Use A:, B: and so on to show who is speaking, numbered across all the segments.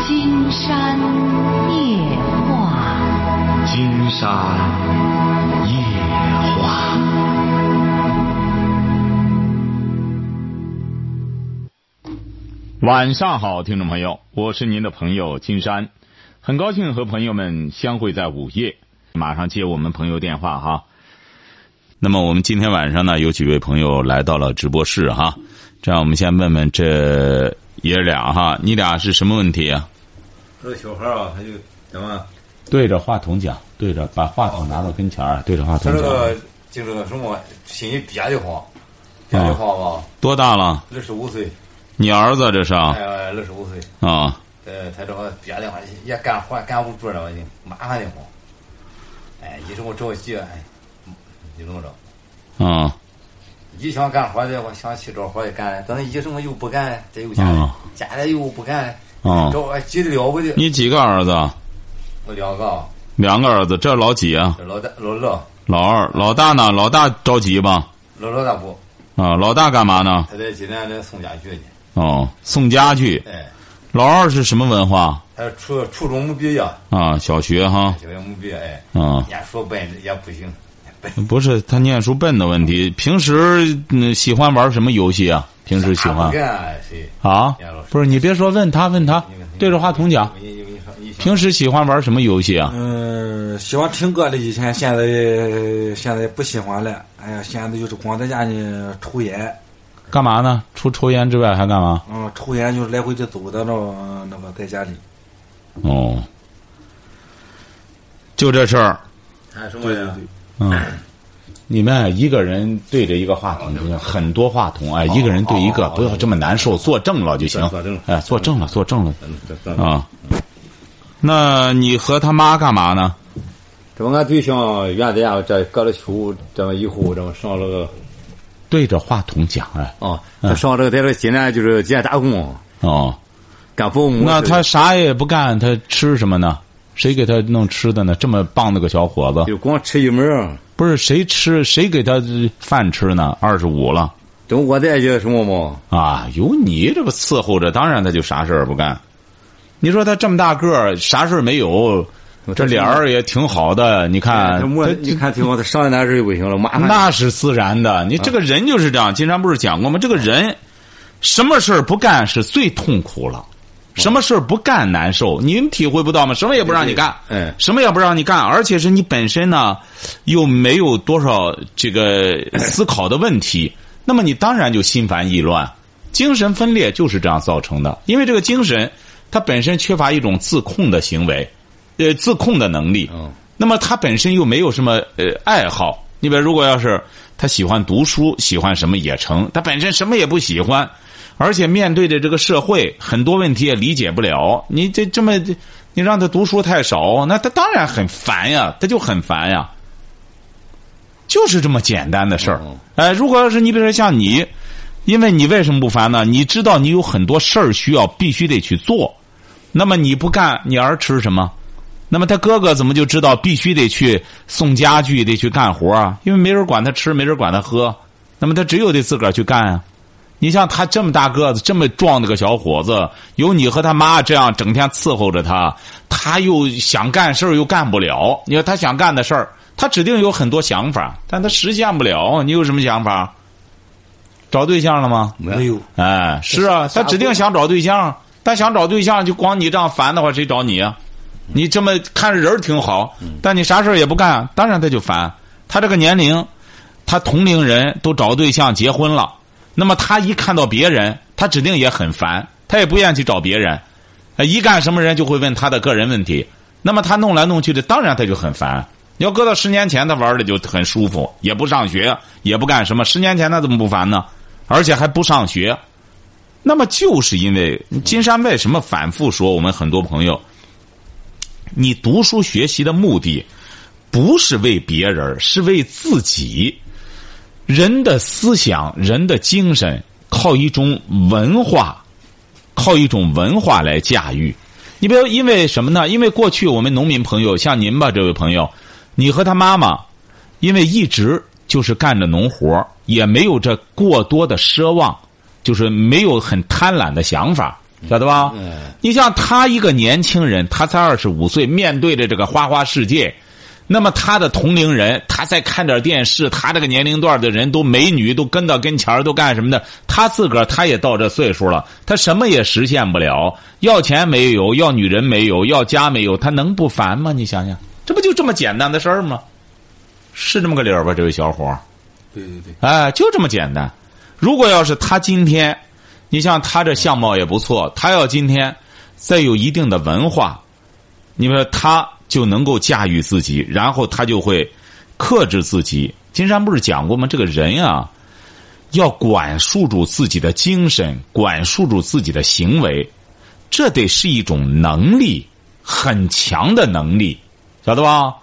A: 金山夜话，
B: 金山夜话。晚上好，听众朋友，我是您的朋友金山，很高兴和朋友们相会在午夜。马上接我们朋友电话哈。那么我们今天晚上呢，有几位朋友来到了直播室哈。这样我们先问问这爷俩哈，你俩是什么问题啊？
C: 这个小孩啊，他就怎么？
B: 对着话筒讲，对着把话筒拿到跟前儿，对着话
C: 他
B: 筒
C: 这
B: 讲。
C: 个就这个什么，心里憋得慌，憋得慌吧。
B: 多大了？
C: 二十五岁，
B: 你儿子这是啊？
C: 哎，二十五岁，
B: 啊，
C: 呃，他这个憋得慌，也干活干不住了，已经麻烦的慌。哎，一种着急，哎，就弄着。
B: 啊，
C: 一想干活的，我想去找活的干，等一什么又不干，这又家里
B: 啊
C: 家里又不干，
B: 啊
C: 找我急得了不得。
B: 你几个儿子啊？
C: 我两个，
B: 两个儿子，这老几啊？
C: 这老大老二，
B: 老二，老大呢？老大着急吧？
C: 老老大不，
B: 啊，老大干嘛呢？
C: 他在济南那送家具呢。
B: 哦，送家具。
C: 哎，
B: 老二是什么文化
C: 他初初中没毕业。
B: 啊？小学哈？
C: 小学没毕业，哎，
B: 啊，
C: 念书笨也不行，笨
B: 不是他念书笨的问题。平时、嗯、喜欢玩什么游戏啊？平时喜
C: 啥
B: 欢
C: 不干啊谁？
B: 啊？不是你别说，问他问他
C: 你看，
B: 对着话筒讲。
C: 你你你说你想
B: 平时喜欢玩什么游戏啊？
D: 嗯，喜欢听歌的以前，现在现在不喜欢了。哎呀，现在就是光在家呢抽烟，
B: 干嘛呢？除抽烟之外还干嘛？
D: 嗯，抽烟就是来回的走的那那个在家里。
B: 哦，就这事儿。
C: 谈什么呀？
B: 嗯，你们啊一个人对着一个话筒，就是很多话筒，哎，一个人对一
C: 哦
B: 个，不要这么难受，坐正了就行
C: 坐正了。
B: 哎，坐正了，坐正了
C: 嗯，这这
B: 啊。那你和他妈干嘛呢？
C: 这不俺对象原在家这隔了秋，这么以后这么上这个
B: 对着话筒讲，哎，
C: 啊，他上这个在这济南就是接打工，
B: 哦，
C: 干保姆。
B: 那他啥也不干，他吃什么呢？谁给他弄吃的呢？这么棒的个小伙子，
C: 就光吃一门儿。
B: 不是谁吃谁给他呃饭吃呢？二十五了
C: 等我再就什么嘛，
B: 啊，有你这不伺候着，当然他就啥事儿不干。你说他这么大个儿，啥事儿没有，这脸儿也挺好的。你看，
C: 他摸
B: 他
C: 你看挺啊好，他上来那事儿就不行了，麻烦。
B: 那是自然的。你这个人就是这样，金山不是讲过吗？这个人什么事儿不干是最痛苦了，什么事儿不干难受，你们体会不到吗？什么也不让你干，
C: 嗯
B: 什么也不让你干，而且是你本身呢又没有多少这个思考的问题，那么你当然就心烦意乱，精神分裂就是这样造成的，因为这个精神它本身缺乏一种自控的行为，呃，自控的能力。
C: 嗯，
B: 那么他本身又没有什么呃爱好，你比如如果要是他喜欢读书，喜欢什么也成，他本身什么也不喜欢，而且面对着这个社会很多问题也理解不了，你这这么你让他读书太少，那他当然很烦呀，他就很烦呀，就是这么简单的事儿
C: 嗯。
B: 哎，如果要是你比如说像你，因为你为什么不烦呢？你知道你有很多事儿需要必须得去做，那么你不干，你儿吃什么？那么他哥哥怎么就知道必须得去送家具，得去干活啊？因为没人管他吃，没人管他喝，那么他只有得自个儿去干啊。你像他这么大个子，这么壮的个小伙子，有你和他妈这样整天伺候着他，他又想干事儿又干不了。你说他想干的事儿，他指定有很多想法，但他实现不了。你有什么想法？找对象了吗？
C: 没有
D: 没有，
B: 哎，是啊，
D: 啥
B: 他指定想找对象，但想找对象就光你这样烦的话，谁找你啊？你这么看着人儿挺好，但你啥事儿也不干，当然他就烦。他这个年龄，他同龄人都找对象结婚了，那么他一看到别人，他指定也很烦，他也不愿意去找别人。哎一干什么人就会问他的个人问题，那么他弄来弄去的，当然他就很烦。你要搁到十年前，他玩的就很舒服，也不上学，也不干什么。十年前他怎么不烦呢？而且还不上学。那么就是因为金山为什么反复说我们很多朋友，你读书学习的目的不是为别人儿，是为自己。人的思想、人的精神靠一种文化，靠一种文化来驾驭。你比如因为什么呢？因为过去我们农民朋友，像您吧，这位朋友，你和他妈妈，因为一直就是干着农活儿，也没有这过多的奢望，就是没有很贪婪的想法，晓得吧？
C: 嗯，
B: 你像他一个年轻人，他才二十五岁，面对着这个花花世界，那么他的同龄人，他再看点电视，他这个年龄段的人都美女都跟到跟前儿，都干什么的？他自个儿他也到这岁数了，他什么也实现不了，要钱没有，要女人没有，要家没有，他能不烦吗？你想想，这不就这么简单的事儿吗？是这么个理儿吧，这位小伙儿
D: 对对对，
B: 哎，就这么简单。如果要是他今天，你像他这相貌也不错，他要今天再有一定的文化，你说他就能够驾驭自己，然后他就会克制自己。金山不是讲过吗？这个人啊，要管束住自己的精神，管束住自己的行为，这得是一种能力，很强的能力，晓得吧？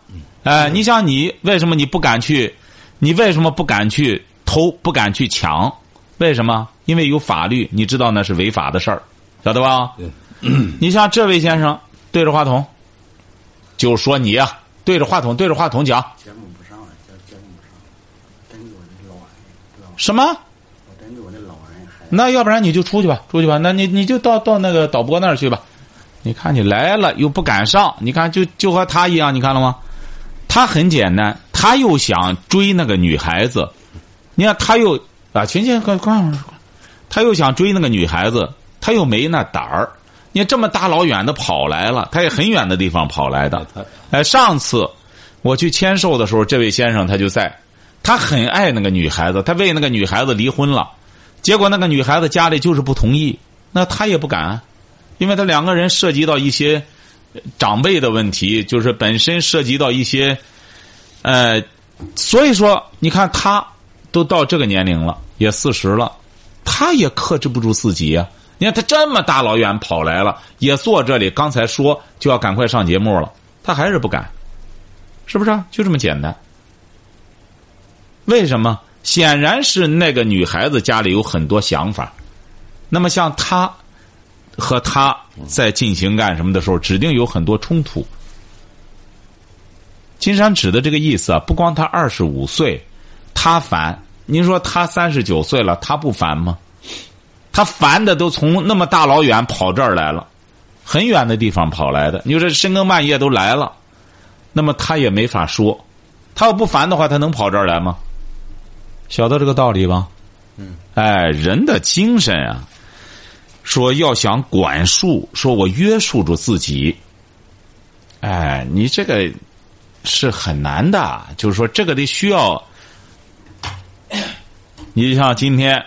B: 哎，你像你为什么你不敢去？你为什么不敢去偷？不敢去抢？为什么？因为有法律，你知道那是违法的事儿，晓得吧？
D: 对
E: 嗯
B: 你像这位先生对着话筒，就说你呀、对着话筒，对着话筒讲
E: 节目不上了，节节目不上了，针对我这老人，老
B: 什么？
E: 我针对我这老人还
B: 那要不然你就出去吧，出去吧。那你你就到到那个导播那儿去吧。你看你来了又不敢上，你看就就和他一样，你看了吗？他很简单，他又想追那个女孩子，你看他又啊，行行，快快，快他又想追那个女孩子，他又没那胆儿。你看这么大老远的跑来了，他也很远的地方跑来的。 哎，上次我去签售的时候，这位先生他就在，他很爱那个女孩子，他为那个女孩子离婚了。结果那个女孩子家里就是不同意，那他也不敢，因为他两个人涉及到一些呃长辈的问题，就是本身涉及到一些，呃，所以说你看他都到这个年龄了，也四十了，他也克制不住自己呀、你看他这么大老远跑来了，也坐这里，刚才说就要赶快上节目了，他还是不敢，是不是啊？就这么简单。为什么？显然是那个女孩子家里有很多想法。那么像他和他在进行干什么的时候，指定有很多冲突。金山指的这个意思啊，不光他二十五岁，他烦。您说他三十九岁了，他不烦吗？他烦的都从那么大老远跑这儿来了，很远的地方跑来的。你说这深更半夜都来了，那么他也没法说。他要不烦的话，他能跑这儿来吗？晓得这个道理吧？嗯，哎，人的精神啊，说要想管束，说我约束住自己，哎，你这个是很难的，就是说这个得需要。你就像今天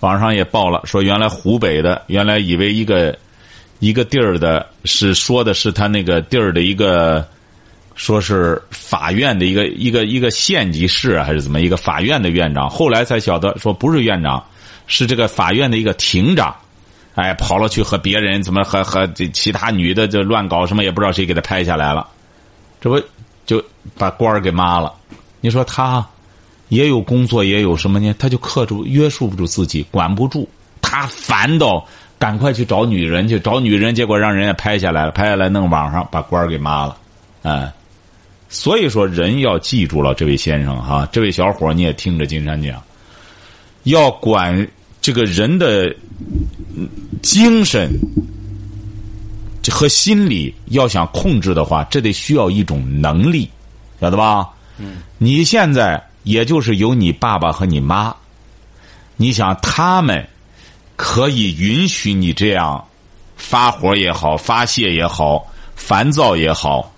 B: 网上也报了，说原来湖北的原来以为一个一个地儿的是说的是他那个地儿的一个。说是法院的一个一个一个县级市啊还是怎么一个法院的院长，后来才晓得说不是院长，是这个法院的一个庭长，哎，跑了去和别人怎么和和这其他女的就乱搞什么，也不知道谁给他拍下来了，这不就把官儿给骂了？你说他也有工作，也有什么呢？他就克住约束不住自己，管不住，他烦到赶快去找女人去找女人，结果让人家拍下来了，拍下来弄网上把官儿给骂了，哎。所以说，人要记住了，这位先生哈、这位小伙儿你也听着金山讲，要管这个人的嗯精神和心理，要想控制的话，这得需要一种能力，晓得吧？嗯，你现在也就是有你爸爸和你妈，你想他们可以允许你这样发火也好，发泄也好，烦躁也好，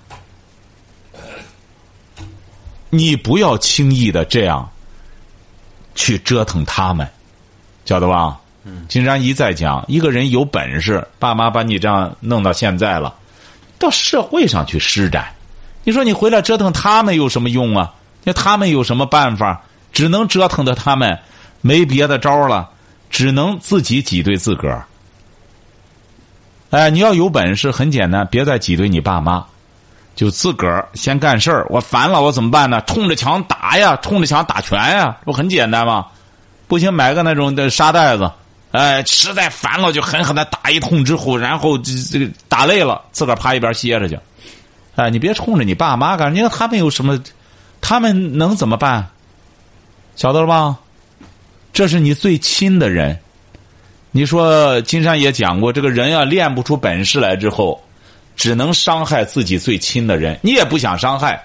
B: 你不要轻易的这样去折腾他们，晓得吧？嗯，金山一再讲，一个人有本事，爸妈把你这样弄到现在了，到社会上去施展，你说你回来折腾他们有什么用啊？那他们有什么办法？只能折腾的他们没别的招儿了，只能自己挤兑自个儿。哎，你要有本事，很简单，别再挤兑你爸妈。就自个儿先干事儿。我烦了，我怎么办呢？冲着墙打呀，冲着墙打拳呀，不很简单吗？不行，买个那种的沙袋子，哎，实在烦了就狠狠的打一通之后，然后这这个打累了，自个儿趴一边歇着去。哎，你别冲着你爸妈干，你看他们有什么，他们能怎么办？晓得了吧？这是你最亲的人，你说金山也讲过，这个人要练不出本事来之后，只能伤害自己最亲的人。你也不想伤害，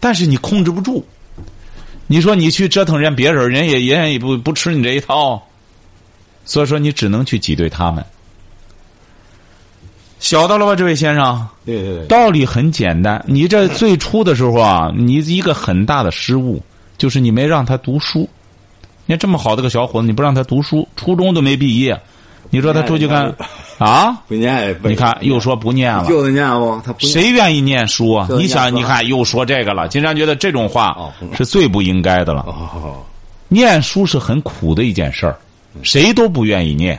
B: 但是你控制不住。你说你去折腾人别人，人也人家也不不吃你这一套，所以说你只能去挤兑他们。晓得了吧，这位先生？
D: 对对对，
B: 道理很简单，你这最初的时候啊，你一个很大的失误就是你没让他读书。你看这么好的个小伙子，你不让他读书，初中都没毕业，你说他出去干啊？
F: 不念也不
B: 你看又说不念了，
F: 就是念不，他不念
B: 谁愿意念书啊？
F: 就是
B: 你想，
F: 念书啊
B: 你看又说这个了，金山觉得这种话
F: 哦
B: 是最不应该的了。
F: 哦，
B: 念书是很苦的一件事儿，谁都不愿意念。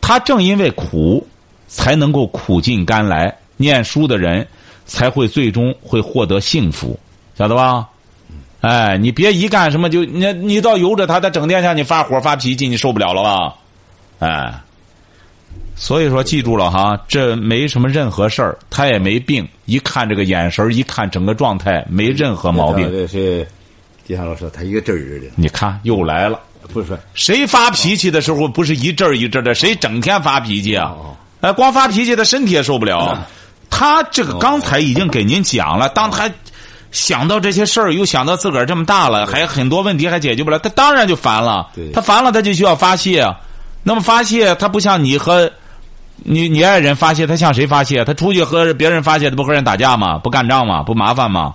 B: 他正因为苦，才能够苦尽甘来。念书的人才会最终会获得幸福，晓得吧？哎，你别一干什么就你你倒由着他，他整天向你发火发脾气，你受不了了吧？哎，所以说记住了哈，这没什么任何事儿，他也没病，一看这个眼神儿，一看整个状态，没任何毛病。
F: 这是金山老师，他一个真儿的，
B: 你看又来了。
F: 不是
B: 谁发脾气的时候不是一阵儿一阵儿的？谁整天发脾气啊
F: 哦？嗯
B: 呃，光发脾气，他身体也受不了。他这个刚才已经给您讲
F: 哦
B: 了，当他想到这些事儿，又想到自个儿这么大了，还很多问题还解决不了，他当然就烦了
F: 对。
B: 他烦了，他就需要发泄。啊那么发泄，他不像你和你你爱人发泄，他向谁发泄？他出去和别人发泄，他不和人打架吗？不干仗吗？不麻烦吗？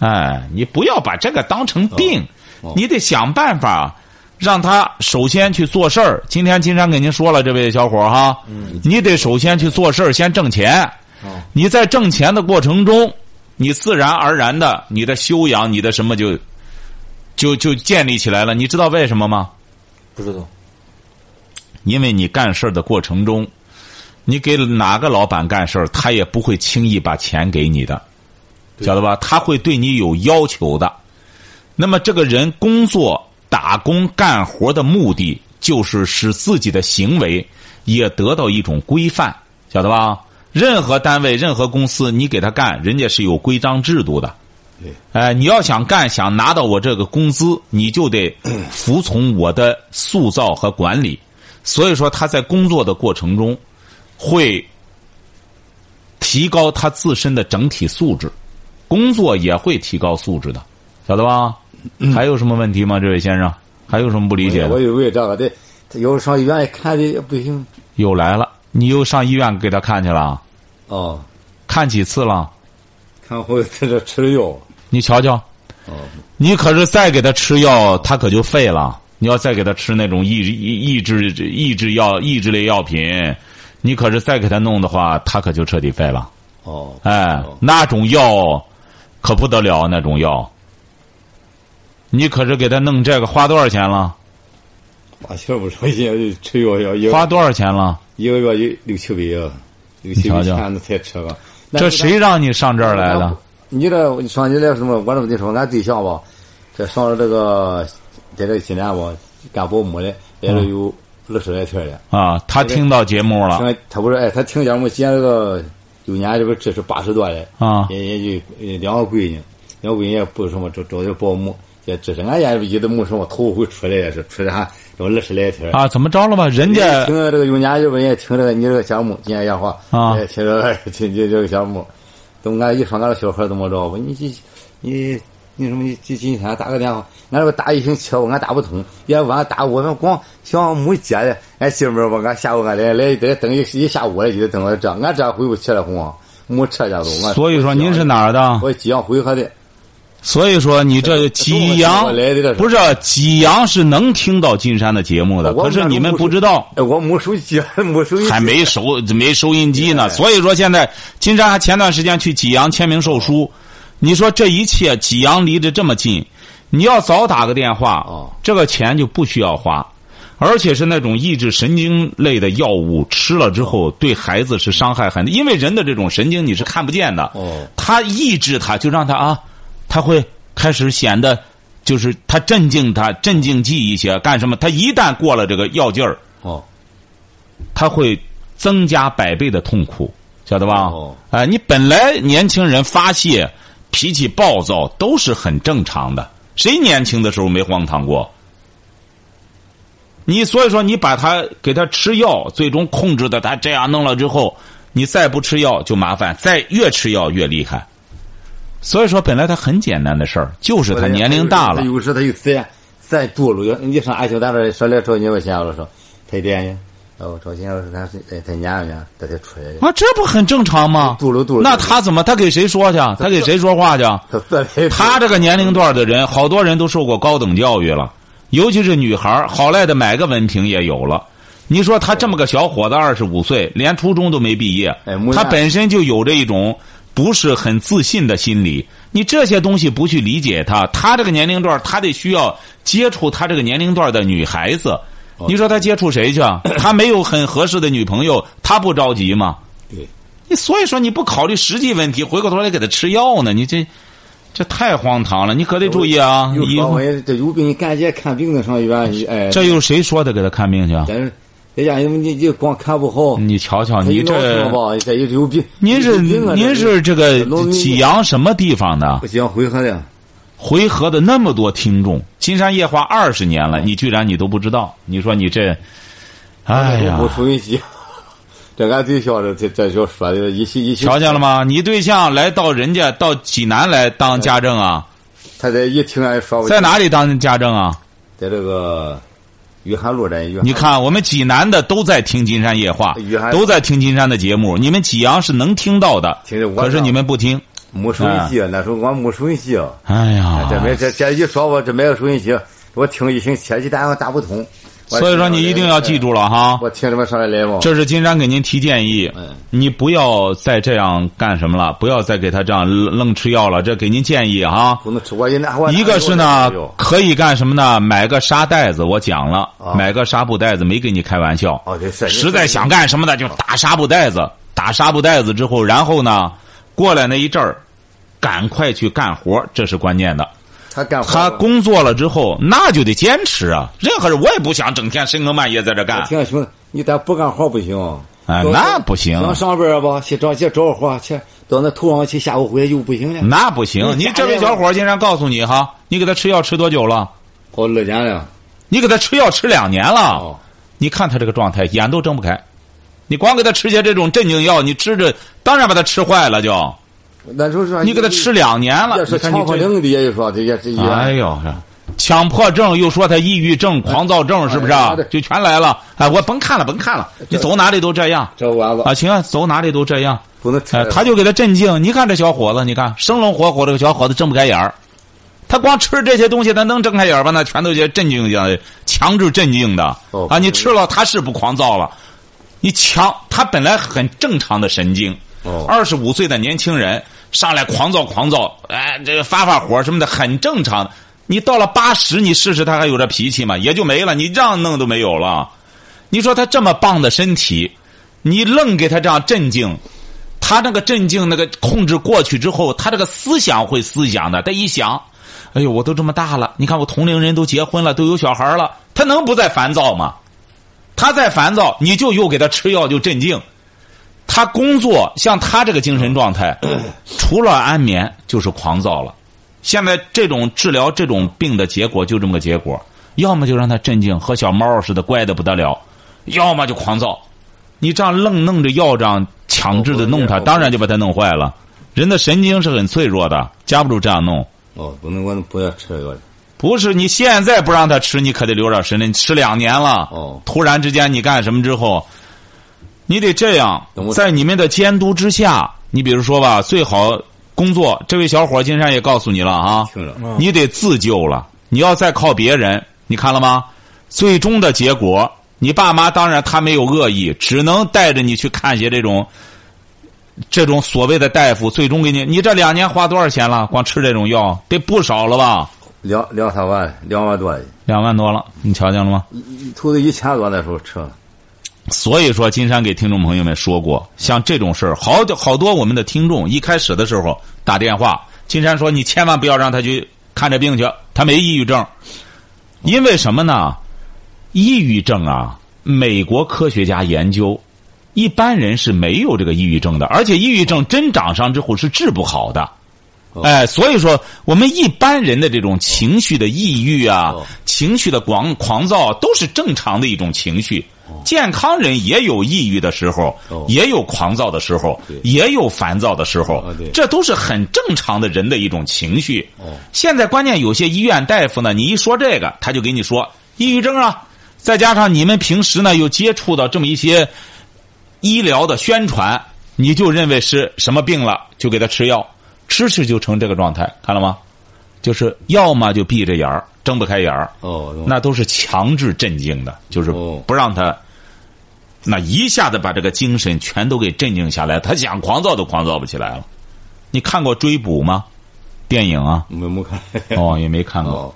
B: 哎，你不要把这个当成病，
F: 哦
B: 你得想办法让他首先去做事儿。今天金山给您说了，这位小伙儿哈，
F: 嗯
B: 你得首先去做事儿，先挣钱。
D: 嗯
B: 你在挣钱的过程中，你自然而然的，你的修养，你的什么就就就建立起来了。你知道为什么吗？
D: 不知道，
B: 因为你干事儿的过程中，你给哪个老板干事儿，他也不会轻易把钱给你的，晓得吧？他会对你有要求的。那么这个人工作、打工、干活的目的，就是使自己的行为也得到一种规范，晓得吧？任何单位、任何公司，你给他干，人家是有规章制度的。哎，你要想干，想拿到我这个工资，你就得服从我的塑造和管理。所以说，他在工作的过程中，会提高他自身的整体素质，工作也会提高素质的，晓得吧？还有什么问题吗，这位先生？还有什么不理解的？
F: 我以为这个的，他有时候上医院看的不行
B: 又来了，你又上医院给他看去了，
F: 哦，
B: 看几次了？
F: 看后在这吃了药
B: 你瞧瞧，
F: 哦，
B: 你可是再给他吃药，他可就废了。你要再给他吃那种抑抑抑制抑制药、抑制类药品，你可是再给他弄的话，他可就彻底废了。
F: 哦，
B: 哎
F: 哦，
B: 那种药可不得了，那种药。你可是给他弄这个花多少钱了？
F: 八千五十块钱就吃药要一
B: 花多少钱了？
F: 一个月有六七百啊，六七百
B: 你瞧瞧
F: 钱子才吃个。那
B: 这谁让你上这儿来的？？
F: 你这上你来什么？我这么跟你说，俺对象吧，这上了这个，在这济南吧，干保姆的，来
B: 嗯
F: 了有二十来天了。
B: 啊，他听到节目了
F: 听他不是哎，他听节目，现在这个有年这不这是八十多了，
B: 啊
F: 也也就呃两个闺女，两个闺女也不是什么找找的保姆，也只是俺家一直没什么头回出来也是出来还这么二十来天。
B: 啊？怎么着了吧？人
F: 人
B: 家
F: 家听这个有年，要不人家听这个你这个节目，今天夜话
B: 啊
F: 哎听这个听你这个节目，都俺一说俺这小孩怎么着，我你你你你什么你今今天打个电话，俺这个打一星期我俺打不通，也晚打我们光像没接的，俺媳妇儿吧，俺下午俺来来得等一一下午了，一直等到这，俺这回不去了红，没车家都，俺
B: 所以说您是哪儿的？
F: 我济阳回合的，
B: 所以说你这济阳
F: 我来哎的这是
B: 不是啊济阳是能听到金山的节目的，可
F: 我们
B: 是
F: 那
B: 你们
F: 都
B: 不
F: 不
B: 知道。
F: 哎我没手机，没手机，
B: 还没收没收音机
F: 哎
B: 呢。所以说现在金山还前段时间去济阳签名售书，你说这一切济阳离得这么近，你要早打个电话，
F: 哦
B: 这个钱就不需要花。而且是那种抑制神经类的药物，吃了之后对孩子是伤害很，因为人的这种神经你是看不见的，
F: 哦，
B: 他抑制他，就让他啊，他会开始显得就是他镇静他，镇静剂一些干什么？他一旦过了这个药劲儿，
F: 哦，
B: 他会增加百倍的痛苦，晓得吧？
F: 哦
B: 哎、你本来年轻人发泄、脾气暴躁都是很正常的，谁年轻的时候没荒唐过？你所以说你把他给他吃药，最终控制的他这样弄了之后，你再不吃药就麻烦，再越吃药越厉害。所以说本来他很简单的事儿，就是他年龄大了
F: 他，有时他有再再堕落，你上俺就咱这说来说去，我想我说，他点呀，哦，找钱我说咱是哎他娘家带他出来的，
B: 啊，这不很正常吗？
F: 嘟噜嘟噜
B: 那他怎么？他给谁说去？他给谁说话去？
F: 他自来
B: 他这个年龄段的人，好多人都受过高等教育了，尤其是女孩儿好赖的买个文凭也有了。你说他这么个小伙子，二十五岁，连初中都没毕业
F: 哎没，
B: 他
F: 办
B: 本身就有着一种不是很自信的心理。你这些东西不去理解他，他这个年龄段儿，他得需要接触他这个年龄段儿的女孩子。你说他接触谁去啊？他没有很合适的女朋友，他不着急吗？
F: 对，
B: 你所以说你不考虑实际问题，回过头来给他吃药呢，你这这太荒唐了，你可得注意啊！
F: 有
B: 你以
F: 时候
B: 后
F: 我也这有病，你赶紧看病的上医院去，哎，
B: 这有谁说的给他看病去啊？
F: 但是哎人家你你光看不好，
B: 你瞧瞧，
F: 他一
B: 你
F: 闹腾
B: 这
F: 吧，这有有病，
B: 您是
F: 有病啊
B: 您是这个
F: 农民
B: 济阳什么地方的
F: 不？行回合的，
B: 回合的那么多听众，金山夜话二十年了，你居然你都不知道？你说你这，哎呀
F: 我，属于急， 这俺对象这这这就说的一起一起，
B: 瞧见了吗？你对象来到人家到济南来当家政啊，
F: 他这一听俺说，我
B: 在哪里当家政啊？
F: 在这个余杭路这 余杭
B: 你看，我们济南的都在听金山夜话
F: 雨还，
B: 都在听金山的节目。你们济阳是能听到的
F: 听着，我
B: 可是
F: 呢
B: 你们不听。
F: 没收音
B: 啊
F: 机，那时候我没收音机，
B: 哎呀，
F: 这没这这一说我这没有收音机，我听一听前几单我打不通，我
B: 所以说你一定要记住了哈。
F: 哎我听着我上来来往，
B: 这是金山给您提建议
F: 嗯，
B: 你不要再这样干什么了，不要再给他这样愣愣吃药了。这给您建议哈。
F: 不能吃我一拿哎我
B: 一个是呢，可以干什么呢？买个纱袋子，我讲了
F: 啊，
B: 买个纱布袋子，没跟你开玩笑。
F: 哦对是
B: 实在想干什么的，就嗯打纱布袋子，打纱布袋子之后，然后呢，过来那一阵儿，赶快去干活，这是关键的。
F: 他干活
B: 他工作了之后，那就得坚持啊！任何人我也不想整天深更半夜在这干
F: 我。听兄弟，你咱不干活不行。
B: 哎
F: 到
B: 啊那不行
F: 想上班吧，去找去找活去，到那头上去，下午回来又不行了。
B: 那不行，你这位小伙儿，竟然告诉你哈，你给他吃药吃多久了？
F: 好二年了，
B: 你给他吃药吃两年了
F: 哦，
B: 你看他这个状态，眼都睁不开。你光给他吃些这种镇静药，你吃着当然把他吃坏了就，
F: 那时候说
B: 啊你给他吃两年了
F: 要，是
B: 你看
F: 强
B: 你
F: 迫
B: 这，
F: 症的，也就说这也这也。
B: 哎呦，强迫症又说他抑郁症、狂躁症是不是
F: 哎
B: 啊
F: 妈的？
B: 就全来了。哎，我甭看了，甭看了，你走哪里都这样
F: 这完了，
B: 啊，行啊，走哪里都这样。
F: 不能吃
B: 哎，
F: 了。
B: 他就给他镇静。你看这小伙子，你看生龙活虎这个小伙子睁不开眼儿，他光吃这些东西，他能睁开眼儿吗？那全都是镇静的，强制镇静的
F: 哦
B: 啊！你吃了，他是不狂躁了。你强，他本来很正常的神经
F: 哦，
B: 二十五岁的年轻人上来狂躁狂躁，哎，这个发发火什么的，很正常。你到了八十，你试试他还有这脾气吗？也就没了，你让弄都没有了。你说他这么棒的身体，你愣给他这样镇静，他那个镇静那个控制过去之后，他这个思想会思想的。他一想，哎呦，我都这么大了，你看我同龄人都结婚了，都有小孩了，他能不再烦躁吗？他再烦躁，你就又给他吃药就镇静。他工作像他这个精神状态，除了安眠就是狂躁了。现在这种治疗这种病的结果就这么个结果，要么就让他镇静，和小猫似的乖的不得了，要么就狂躁。你这样愣弄着药这样强制的弄他，当然就把他弄坏了。人的神经是很脆弱的，架不住这样弄。
F: 哦，不能，我不要吃这个了。
B: 不是你现在不让他吃，你可得留点神了。你吃两年了，
F: 哦
B: 突然之间你干什么之后，你得这样
F: 等，我
B: 在你们的监督之下，你比如说吧，最好工作。这位小伙儿金山也告诉你了啊，
F: 听着，
B: 你得自救了。你要再靠别人，你看了吗？最终的结果，你爸妈当然他没有恶意，只能带着你去看些这种，这种所谓的大夫。最终给你，你这两年花多少钱了？光吃这种药得不少了吧？
F: 两两三万，两万多，
B: 两万多了，你瞧见了吗？
F: 一头子一千多那时候吃了。
B: 所以说，金山给听众朋友们说过，像这种事儿，好好多我们的听众一开始的时候打电话，金山说你千万不要让他去看这病去，他没抑郁症，因为什么呢？抑郁症啊，美国科学家研究，一般人是没有这个抑郁症的，而且抑郁症真长上之后是治不好的。
F: 哦
B: 哎，所以说我们一般人的这种情绪的抑郁啊，
F: 哦
B: 情绪的狂狂躁，都是正常的一种情绪。健康人也有抑郁的时候，
F: 哦
B: 也有狂躁的时候
F: 对，
B: 也有烦躁的时候，
F: 啊对
B: 这都是很正常的人的一种情绪。
F: 哦
B: 现在关键有些医院大夫呢，你一说这个，他就给你说抑郁症啊，再加上你们平时呢又接触到这么一些医疗的宣传，你就认为是什么病了，就给他吃药，吃吃就成这个状态，看了吗？就是要么就闭着眼儿，睁不开眼儿，
F: 哦，
B: 那都是强制镇静的，就是
F: 哦
B: 不让他。那一下子把这个精神全都给镇静下来，他想狂躁都狂躁不起来了。你看过《追捕》吗？电影啊？
F: 没没看。
B: 哦，也没看过。
F: 哦，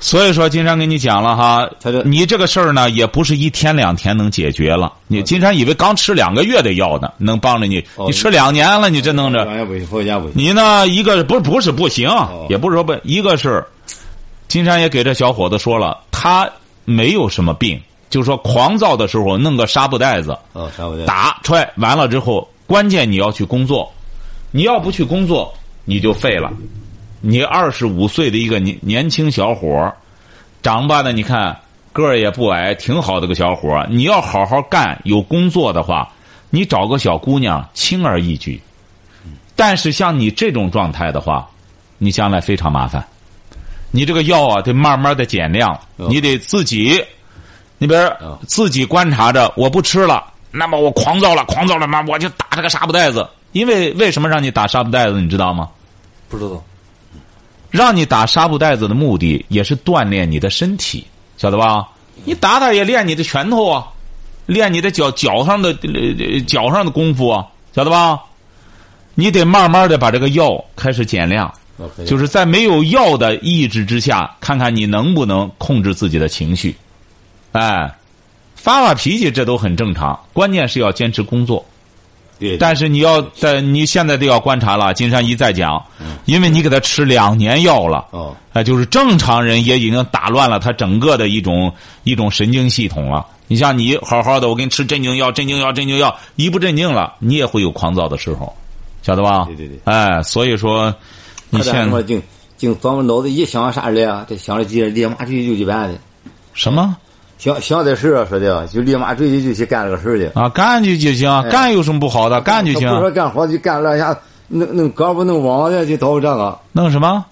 B: 所以说，金山跟你讲了哈，
F: 他这
B: 你这个事儿呢，也不是一天两天能解决了。你金山以为刚吃两个月的药呢，能帮着你，
F: 哦
B: 你吃两年了，你这弄着，
F: 专业不行，佛家不行。
B: 你呢一个不不是不行，也不是说不，一个是金山也给这小伙子说了，他没有什么病，就说狂躁的时候弄个纱布袋子
F: 哦，啥不行？
B: 打踹完了之后，关键你要去工作，你要不去工作你就废了。你二十五岁的一个年年轻小伙儿，长吧呢，你看个儿也不矮，挺好的个小伙儿。你要好好干，有工作的话，你找个小姑娘轻而易举。但是像你这种状态的话，你将来非常麻烦。你这个药啊，得慢慢的减量，
F: 哦
B: 你得自己，你比如
F: 哦
B: 自己观察着，我不吃了，那么我狂躁了，狂躁了嘛，我就打这个纱布袋子。因为为什么让你打纱布袋子，你知道吗？
D: 不知道。
B: 让你打纱布袋子的目的也是锻炼你的身体，晓得吧？你打打也练你的拳头啊，练你的脚脚上的呃脚上的功夫啊，晓得吧？你得慢慢的把这个药开始减量，
F: 哦可以
B: 就是在没有药的抑制之下，看看你能不能控制自己的情绪。哎，发发脾气这都很正常，关键是要坚持工作。
F: 对，
B: 但是你要在你现在都要观察了，金山一再讲，因为你给他吃两年药了，
F: 哦
B: 哎，就是正常人也已经打乱了他整个的一种一种神经系统了。你像你好好的，我给你吃镇静药、镇静药、镇静药，一不镇静了，你也会有狂躁的时候，晓得吧？
F: 对对对
B: 哎，所以说，你
F: 他这
B: 现
F: 什么净净琢磨脑子一想啥嘞啊？这想着急立马追就去办的，
B: 什么
F: 想想这事儿说的啊，就立马追就去干这个事儿的。
B: 啊？干就就行，干有什么不好的？干就
F: 哎他不说
B: 行，
F: 干活就干了一下，弄弄胳膊弄网的就到这个，
B: 弄什么？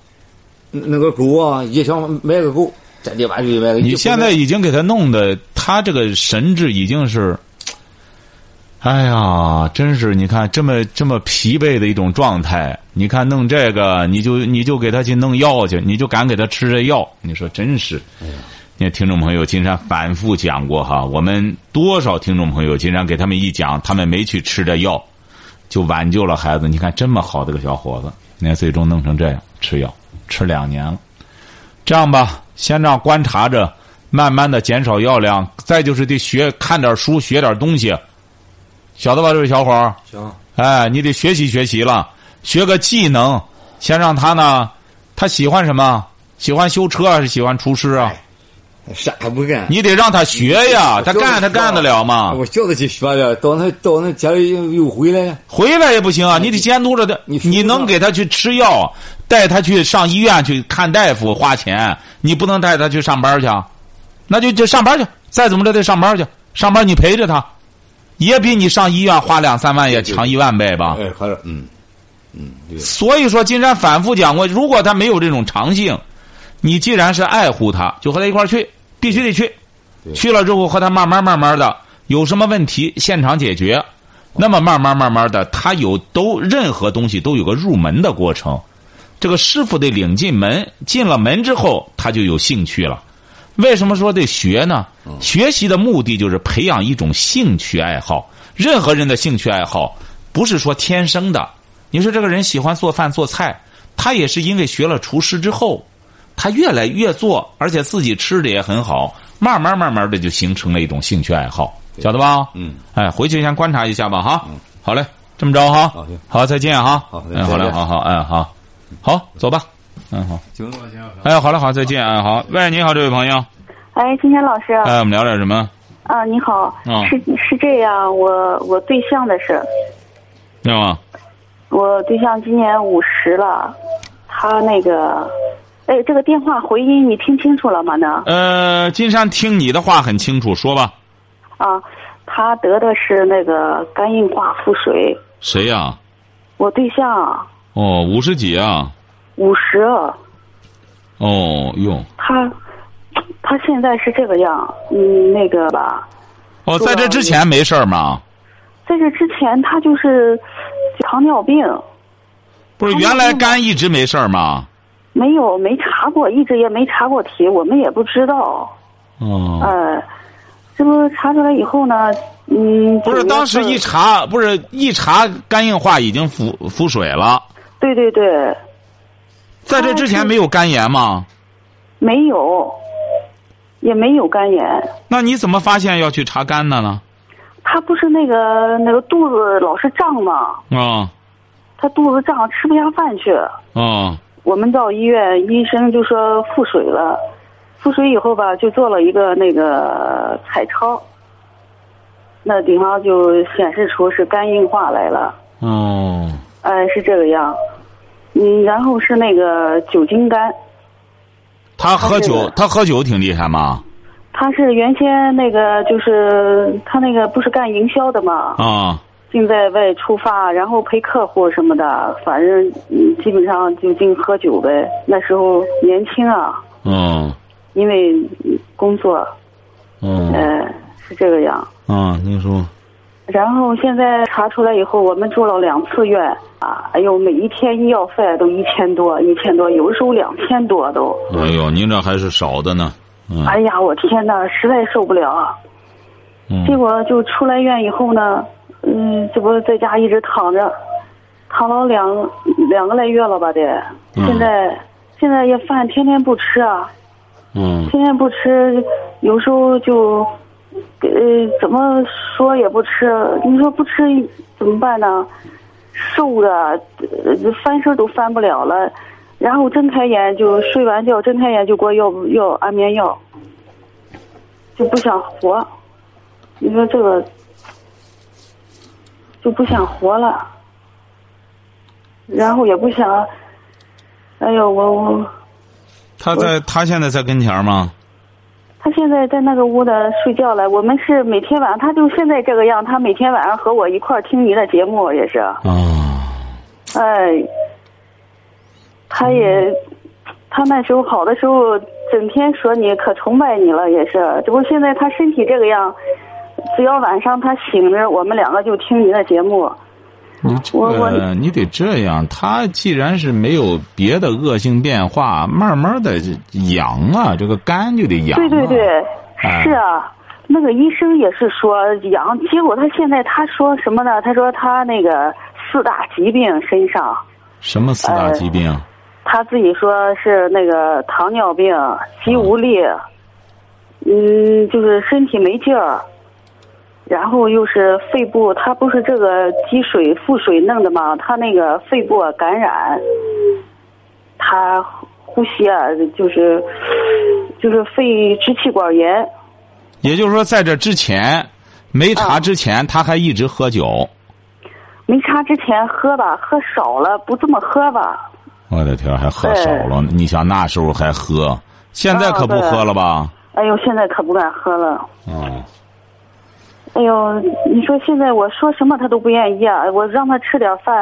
F: 弄弄个狗啊，一想买个狗，这立马就去买个。
B: 你现在已经给他弄的，他这个神志已经是，哎呀，真是你看这么这么疲惫的一种状态。你看弄这个，你就你就给他去弄药去，你就敢给他吃这药，你说真是。你看听众朋友，金山反复讲过哈，我们多少听众朋友，金山给他们一讲，他们没去吃这药，就挽救了孩子。你看这么好的个小伙子，你看最终弄成这样，吃药吃两年了。这样吧，先让观察着，慢慢的减少药量，再就是得学看点书，学点东西，晓得吧，这位小伙儿？
D: 行，
B: 哎，你得学习学习了，学个技能，先让他呢，他喜欢什么？喜欢修车还是喜欢厨师啊？
F: 啥也不干。
B: 你得让他学呀，他干他干得了吗？
F: 啊我叫他去学了，到那到那家里又又回来了。
B: 回来也不行啊，你得监督着他，
F: 你
B: 你能给他去吃药，带他去上医院去看大夫花钱，你不能带他去上班去，啊，那就就上班去，再怎么着得上班去，上班你陪着他，也比你上医院花两三万也强一万倍吧。
F: 哎，快点，嗯嗯，对，
B: 所以说，金山反复讲过，如果他没有这种长性，你既然是爱护他，就和他一块儿去，必须得去。去了之后，和他慢慢慢慢的有什么问题现场解决，那么慢慢慢慢的，他有都任何东西都有个入门的过程。这个师傅得领进门，进了门之后，他就有兴趣了。为什么说得学呢？
F: 嗯
B: 学习的目的就是培养一种兴趣爱好。任何人的兴趣爱好不是说天生的。你说这个人喜欢做饭做菜，他也是因为学了厨师之后，他越来越做，而且自己吃的也很好，慢慢慢慢的就形成了一种兴趣爱好，晓得吧？
F: 嗯，
B: 哎，回去先观察一下吧，哈。好嘞，这么着哈。
F: 好行
B: 好，再见哈。
F: 好再
B: 哎，
F: 见
B: 好嘞，好好，哎，好，好，走吧。嗯，好。
F: 行了，行了。
B: 哎，好嘞，好，再见。哎，好。喂，你好，这位朋友。
G: 哎，金山老师，啊、
B: 哎，我们聊点什么？
G: 你好，
B: 啊
G: 是是这样，我我对象的事，
B: 啊对吗？
G: 我对象今年五十了，他那个，哎，这个电话回音你听清楚了吗？呢
B: 呃，金山听你的话很清楚，说吧，
G: 啊，他得的是那个肝硬化腹水。
B: 谁呀、
G: 我对象
B: 哦，五十几啊？
G: 五十，
B: 哦哟，
G: 他他现在是这个样，嗯，那个吧，
B: 哦，在这之前没事儿吗？
G: 在这之前他就是糖尿病，
B: 不是，原来肝一直没事儿吗？
G: 没有没查过，一直也没查过题，我们也不知道。
B: 哦，
G: 呃，这不查出来以后呢，嗯，
B: 不是，
G: 九月
B: 当时
G: 份
B: 一查，不是一查肝硬化已经腹腹水了，
G: 对对对，
B: 在这之前没有肝炎吗？
G: 没有，也没有肝炎。
B: 那你怎么发现要去查肝的呢？
G: 他不是那个那个肚子老是胀嘛，
B: 啊
G: 他肚子胀吃不下饭去。
B: 啊
G: 我们到医院，医生就说腹水了，腹水以后吧，就做了一个那个彩超，那顶上就显示出是肝硬化来了，
B: 哦，
G: 哎，是这个样，嗯，然后是那个酒精肝，
B: 他喝
G: 他这
B: 酒
G: 个，
B: 他喝酒挺厉害吗？
G: 他是原先那个就是他那个不是干营销的嘛，
B: 啊，
G: 净在外出发，然后陪客户什么的，反正嗯，基本上就净喝酒呗，那时候年轻啊，
B: 嗯
G: 因为嗯工作。
B: 嗯
G: 呃，是这个样。
B: 啊，你说，
G: 然后现在查出来以后，我们住了两次院啊，哎呦，每一天医药费都一千多，一千多，有时候两千多都。
B: 哎呦，您这还是少的呢。嗯
G: 哎呀，我天呐，实在受不了啊！
B: 嗯
G: 结果就出来院以后呢，嗯，这不在家一直躺着，躺了两两个来月了吧得。
B: 嗯
G: 现在、现在也饭天天不吃啊，
B: 嗯
G: 天天不吃，有时候就，呃，怎么说也不吃。你说不吃怎么办呢？瘦的，呃，翻身都翻不了了。然后睁开眼就睡完觉，睁开眼就给我要要安眠药，就不想活。你说这个就不想活了，然后也不想，哎呦，我我
B: 他在他现在在跟前儿吗？
G: 他现在在那个屋的睡觉了。我们是每天晚上，他就现在这个样，他每天晚上和我一块儿听你的节目也是，
B: 啊，
G: 哎，他也，他那时候好的时候，整天说你可崇拜你了也是。只不过现在他身体这个样，只要晚上他醒着，我们两个就听你的节目。
B: 你这
G: 我
B: 个
G: 我
B: 呃你得这样，他既然是没有别的恶性变化，慢慢的养啊，这个肝就得养、啊。
G: 对对对，
B: 哎
G: 是啊，那个医生也是说阳，结果他现在他说什么呢？他说他那个四大疾病身上，
B: 什么四大疾病？
G: 呃他自己说是那个糖尿病、肌无力，嗯，就是身体没劲儿，然后又是肺部，他不是这个积水腹水弄的嘛，他那个肺部感染，他呼吸啊，就是就是肺支气管炎。
B: 也就是说，在这之前没
G: 啊
B: 查之前，他还一直喝酒。
G: 没查之前喝吧，喝少了不这么喝吧。
B: 我的天儿，还喝少了呢？你想那时候还喝，现
G: 哦
B: 在可不喝了吧？
G: 哎呦，现在可不敢喝了。
B: 嗯，
G: 哎呦，你说现在我说什么他都不愿意啊！我让他吃点饭，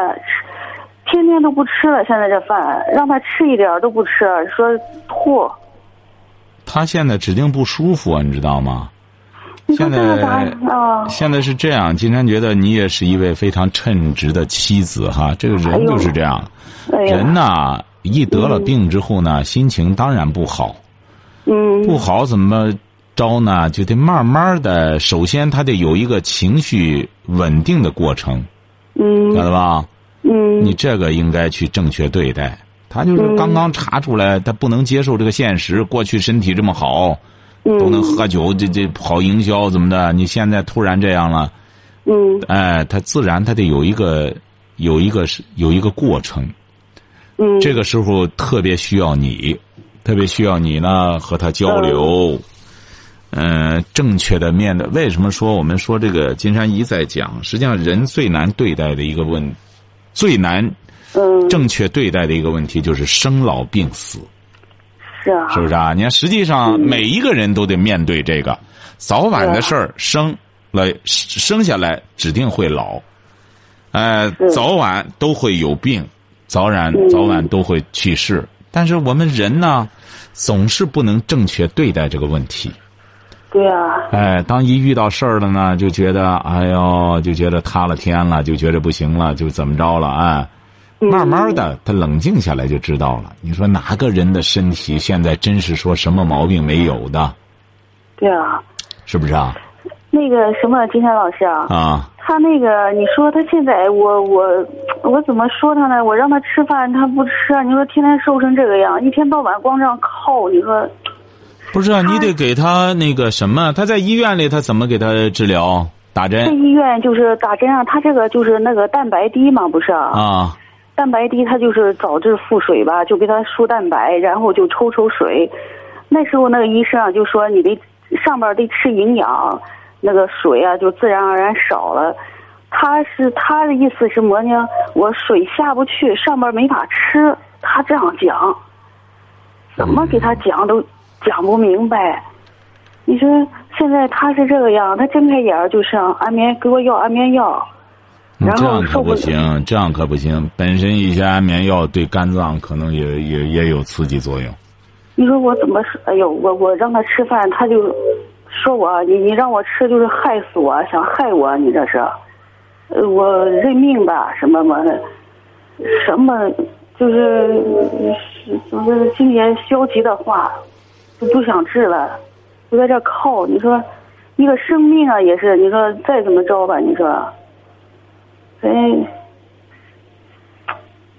G: 吃天天都不吃了。现在这饭让他吃一点儿都不吃，说吐。
B: 他现在指定不舒服，啊你知道吗？
G: 你说
B: 现在
G: 这个咋啊？
B: 现在是这样，金山觉得你也是一位非常称职的妻子哈，这个
G: 哎
B: 人
G: 呦
B: 就是这样，
G: 哎呀，
B: 人呐、一得了病之后呢，心情当然不好，
G: 嗯，
B: 不好怎么着呢？就得慢慢的，首先他得有一个情绪稳定的过程，
G: 嗯
B: 晓得吧？
G: 嗯，
B: 你这个应该去正确对待。他就是刚刚查出来，他不能接受这个现实，过去身体这么好，
G: 嗯
B: 都能喝酒，这这跑营销怎么的？你现在突然这样了。
G: 嗯
B: 哎，他自然他得有一个有一个是有一个过程，
G: 嗯，
B: 这个时候特别需要你，特别需要你呢和他交流，嗯、正确的面对。为什么说我们说这个金山一再讲，实际上人最难对待的一个问最难
G: 嗯，
B: 正确对待的一个问题就是生老病死，
G: 是啊，
B: 是不是啊？你看，实际上每一个人都得面对这个早晚的事儿，生了生下来指定会老，呃，
G: 是
B: 早晚都会有病，早晚
G: 嗯
B: 早晚都会去世。但是我们人呢，总是不能正确对待这个问题。
G: 对啊，
B: 哎，当一遇到事儿了呢，就觉得哎呦，就觉得塌了天了，就觉得不行了，就怎么着了啊？
G: 嗯
B: 哎慢慢的，他冷静下来就知道了。你说哪个人的身体现在真是说什么毛病没有的，
G: 对啊。
B: 是不是啊？
G: 那个什么，金山老师啊，
B: 啊，
G: 他那个你说他现在我我我怎么说他呢？我让他吃饭他不吃啊，你说天天瘦成这个样，一天到晚光这样靠，你说
B: 不是啊，你得给他那个什么，他在医院里他怎么给他治疗？打
G: 这
B: 针
G: 医院就是打针啊，他这个就是那个蛋白低嘛，不是啊？
B: 啊？
G: 蛋白低，它就是导致腹水吧，就给他输蛋白，然后就抽抽水。那时候那个医生啊就说你得上边得吃营养，那个水啊就自然而然少了。他是他的意思是么呢？我水下不去，上边没法吃。他这样讲，怎么给他讲都讲不明白。你说现在他是这个样，他睁开眼儿就上安眠，给我要安眠药。
B: 你
G: 然
B: 嗯这
G: 后
B: 样可
G: 受
B: 不
G: 了
B: 行，这样可不行。本身一些安眠药对肝脏可能也也也有刺激作用。
G: 你说我怎么是？哎呦，我我让他吃饭，他就说我你你让我吃就是害死我，想害我，你这是，呃，我认命吧，什么么的，什么就是就是今年消极的话，就不想治了，就在这靠。你说一个生命啊，也是你说再怎么着吧，你说，哎，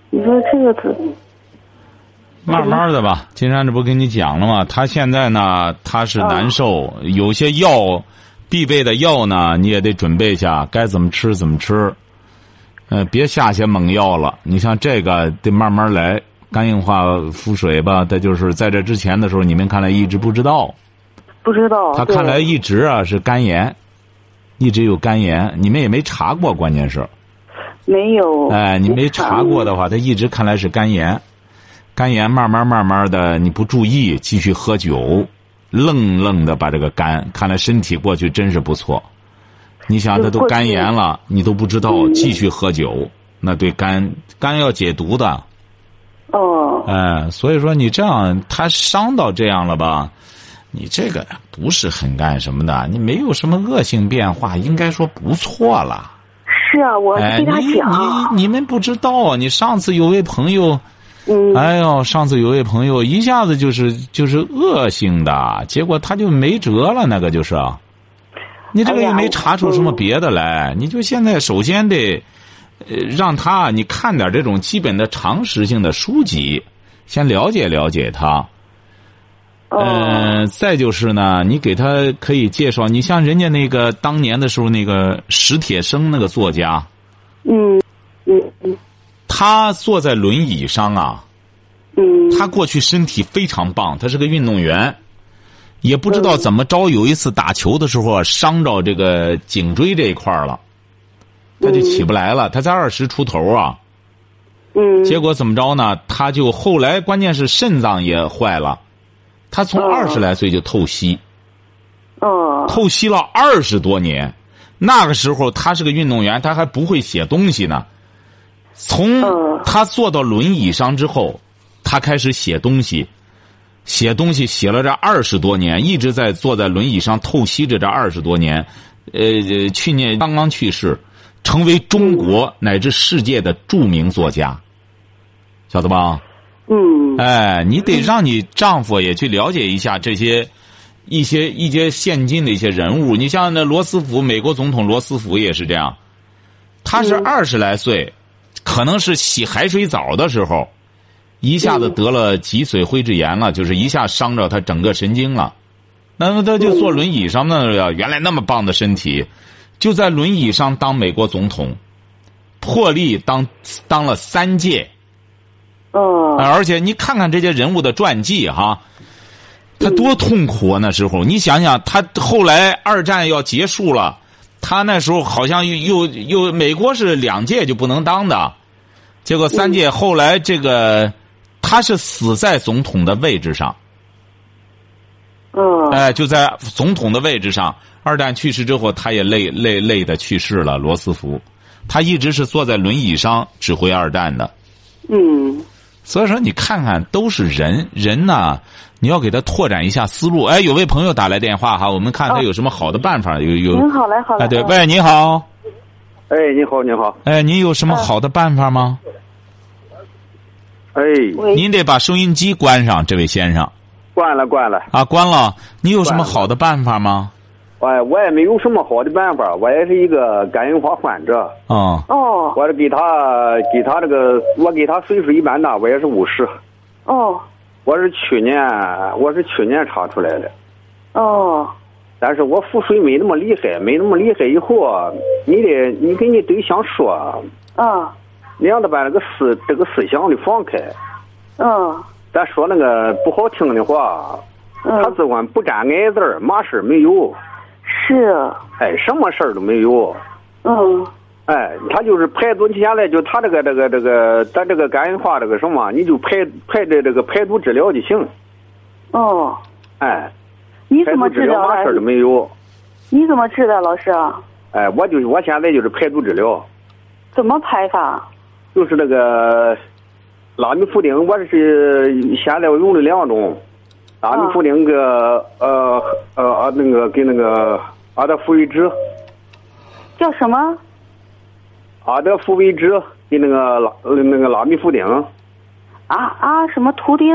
G: 你说这个怎？
B: 慢慢的吧，金山这不跟你讲了吗？他现在呢，他是难受，有些药必备的药呢，你也得准备一下，该怎么吃怎么吃，呃，别下些猛药了。你像这个得慢慢来，肝硬化、腹水吧，它就是在这之前的时候，你们看来一直不知道，
G: 不知道，
B: 他
G: 哦对
B: 看来一直啊是肝炎，一直有肝炎，你们也没查过，关键是。
G: 没有。
B: 哎，你没查过的话，他一直看来是肝炎，肝炎慢慢慢慢的，你不注意，继续喝酒，愣愣的把这个肝，看来身体过去真是不错。你想，
G: 就
B: 他都
G: 过去
B: 肝炎了，你都不知道，继续喝酒，那对肝肝要解毒的，
G: 哦，
B: 哎，所以说你这样，他伤到这样了吧？你这个不是很干什么的，你没有什么恶性变化，应该说不错了。
G: 是啊，我
B: 哎，
G: 跟他
B: 你
G: 讲，
B: 你你们不知道啊！你上次有位朋友，
G: 嗯，
B: 哎呦，上次有位朋友一下子就是就是恶性的，结果他就没辙了，那个就是。你这个
G: 哎呀
B: 也没查出什么别的
G: 哎
B: 来，你就现在首先得，呃，让他你看点这种基本的常识性的书籍，先了解了解他。
G: 哦，
B: 嗯，再就是呢，你给他可以介绍，你像人家那个当年的时候那个史铁生那个作家，
G: 嗯，嗯，嗯，
B: 他坐在轮椅上啊，
G: 嗯，
B: 他过去身体非常棒，他是个运动员，也不知道怎么着，有一次打球的时候啊伤着这个颈椎这一块儿了，他就起不来了。他才二十出头啊，
G: 嗯，
B: 结果怎么着呢？他就后来关键是肾脏也坏了，他从
G: 哦
B: 二十来岁就透析，
G: 哦，
B: 透析了二十多年。那个时候他是个运动员，他还不会写东西呢。从
G: 嗯
B: 他坐到轮椅上之后，他开始写东西，写东西写了这二十多年，一直在坐在轮椅上透析着这二十多年。呃，呃去年刚刚去世，成为中国乃至世界的著名作家，晓得吧？
G: 嗯，
B: 哎，你得让你丈夫也去了解一下这些一些一些现今的一些人物。你像那罗斯福，美国总统罗斯福也是这样，他是二十来岁，可能是洗海水澡的时候，一下子得了脊髓灰质炎了，就是一下伤着他整个神经了。那么他就坐轮椅上那呀，原来那么棒的身体，就在轮椅上当美国总统，破例当当了三届。
G: 哦，
B: 而且你看看这些人物的传记哈，他多痛苦啊！那时候你想想，他后来二战要结束了，他那时候好像又又又美国是两届就不能当的，结果三届后来这个他是死在总统的位置上，
G: 嗯，
B: 哎，就在总统的位置上。二战去世之后，他也累累累的去世了。罗斯福，他一直是坐在轮椅上指挥二战的。
G: 嗯，
B: 所以说，你看看都是人，人呐，你要给他拓展一下思路。哎，有位朋友打来电话哈，我们看他有什么好的办法。有有，
G: 您好嘞，好嘞，
B: 哎，对，
G: 嗯
B: 喂，你好，
H: 哎，你好，你好，
B: 哎，您有什么好的办法吗？
H: 哎，
G: 喂，
B: 您得把收音机关上，这位先生
H: 关了关了，
B: 啊，关了。你有什么好的办法吗？
H: 哎，我也没有什么好的办法，我也是一个肝硬化患者，
B: 啊、
G: 哦
H: 我是给他给他这个，我给他岁数一般大，我也是五十，
G: 哦
H: 我是去年我是去年查出来的，
G: 哦，
H: 但是我腹水没那么厉害，没那么厉害以后啊，你得你跟你对象说，
G: 嗯
H: 你让他把这个思这个思想得放开，
G: 嗯
H: 咱说那个不好听的话，他
G: 嗯，
H: 只管不沾挨字儿，嘛事儿没有，
G: 是，
H: 哎，什么事儿都没有。
G: 嗯
H: 哎，他就是排毒，下来就他这个这个这个，咱这个肝硬化这个什么，你就排排的这个排毒治疗就行。
G: 哦，
H: 哎，
G: 你
H: 排
G: 怎
H: 毒
G: 么
H: 治
G: 知
H: 疗
G: 道啊
H: 嘛事儿都
G: 的？
H: 没有。
G: 你怎么治的，老师啊？
H: 哎，我就我现在就是排毒治疗，
G: 怎么排法？
H: 就是那个拉米夫丁，我是现在我用了两种，拉米夫丁跟呃呃呃那个跟那个阿德福维酯，
G: 叫什么？
H: 阿德福维酯跟那个拉那个拉米夫丁
G: 啊啊，什么图钉？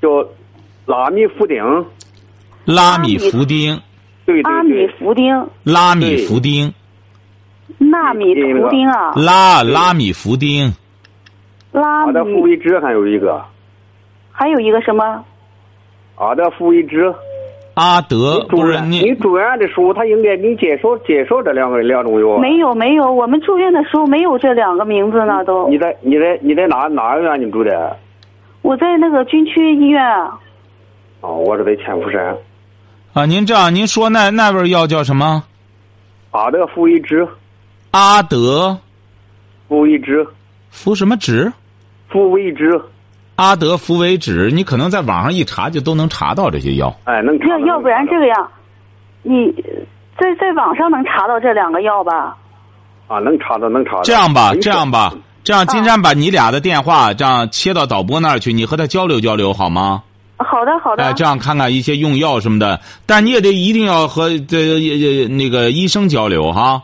H: 叫拉米夫丁，
B: 拉米福丁，
H: 对对
G: 阿
H: 对
G: 米。福丁、
B: 拉米福丁，
G: 纳米图钉啊，
B: 拉拉米福丁，
G: 拉
H: 阿德福
G: 米，
H: 维酯还有一个
G: 还有一个什么？
H: 阿德福维酯，
B: 阿德
H: 住
B: 呃不是
H: 院你
B: 你
H: 住院的时候，他应该给你介绍介绍这两个两种药。
G: 没有没有，我们住院的时候没有这两个名字呢，都
H: 你。在你在你在哪哪个院你住的？
G: 我在那个军区医院，
H: 哦，我是在千佛山。
B: 啊？您这样，您说那那味儿药叫什么？
H: 阿德福维酯，
B: 阿德
H: 福维酯，
B: 福什么酯？
H: 福维酯，
B: 阿德福维酯，你可能在网上一查就都能查到这些药。
H: 哎，能
G: 要要不然这
H: 个
G: 个样，你在在网上能查到这两个药吧？
H: 啊，能查到能查到。
B: 这样吧，
H: 没事
B: 这样。吧，这
G: 啊
B: 样金山把你俩的电话这样切到导播那儿去，你和他交流交流好吗？
G: 好的好的，
B: 哎，这样看看一些用药什么的，但你也得一定要和这也也那个医生交流哈。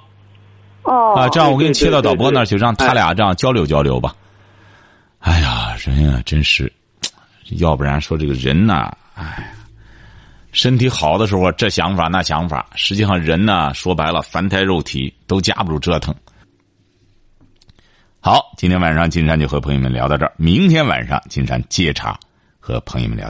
G: 哦，
B: 啊，这样我给你
H: 对
B: 切
H: 对
B: 到
H: 对
B: 导播
H: 对
B: 那儿去，让他
H: 哎
B: 俩这样交流交流吧。哎呀，人啊，真是，要不然说这个人呐、哎呀，身体好的时候啊这想法那想法，实际上人呢、说白了，凡胎肉体都架不住折腾。好，今天晚上金山就和朋友们聊到这儿，明天晚上金山接茬和朋友们聊。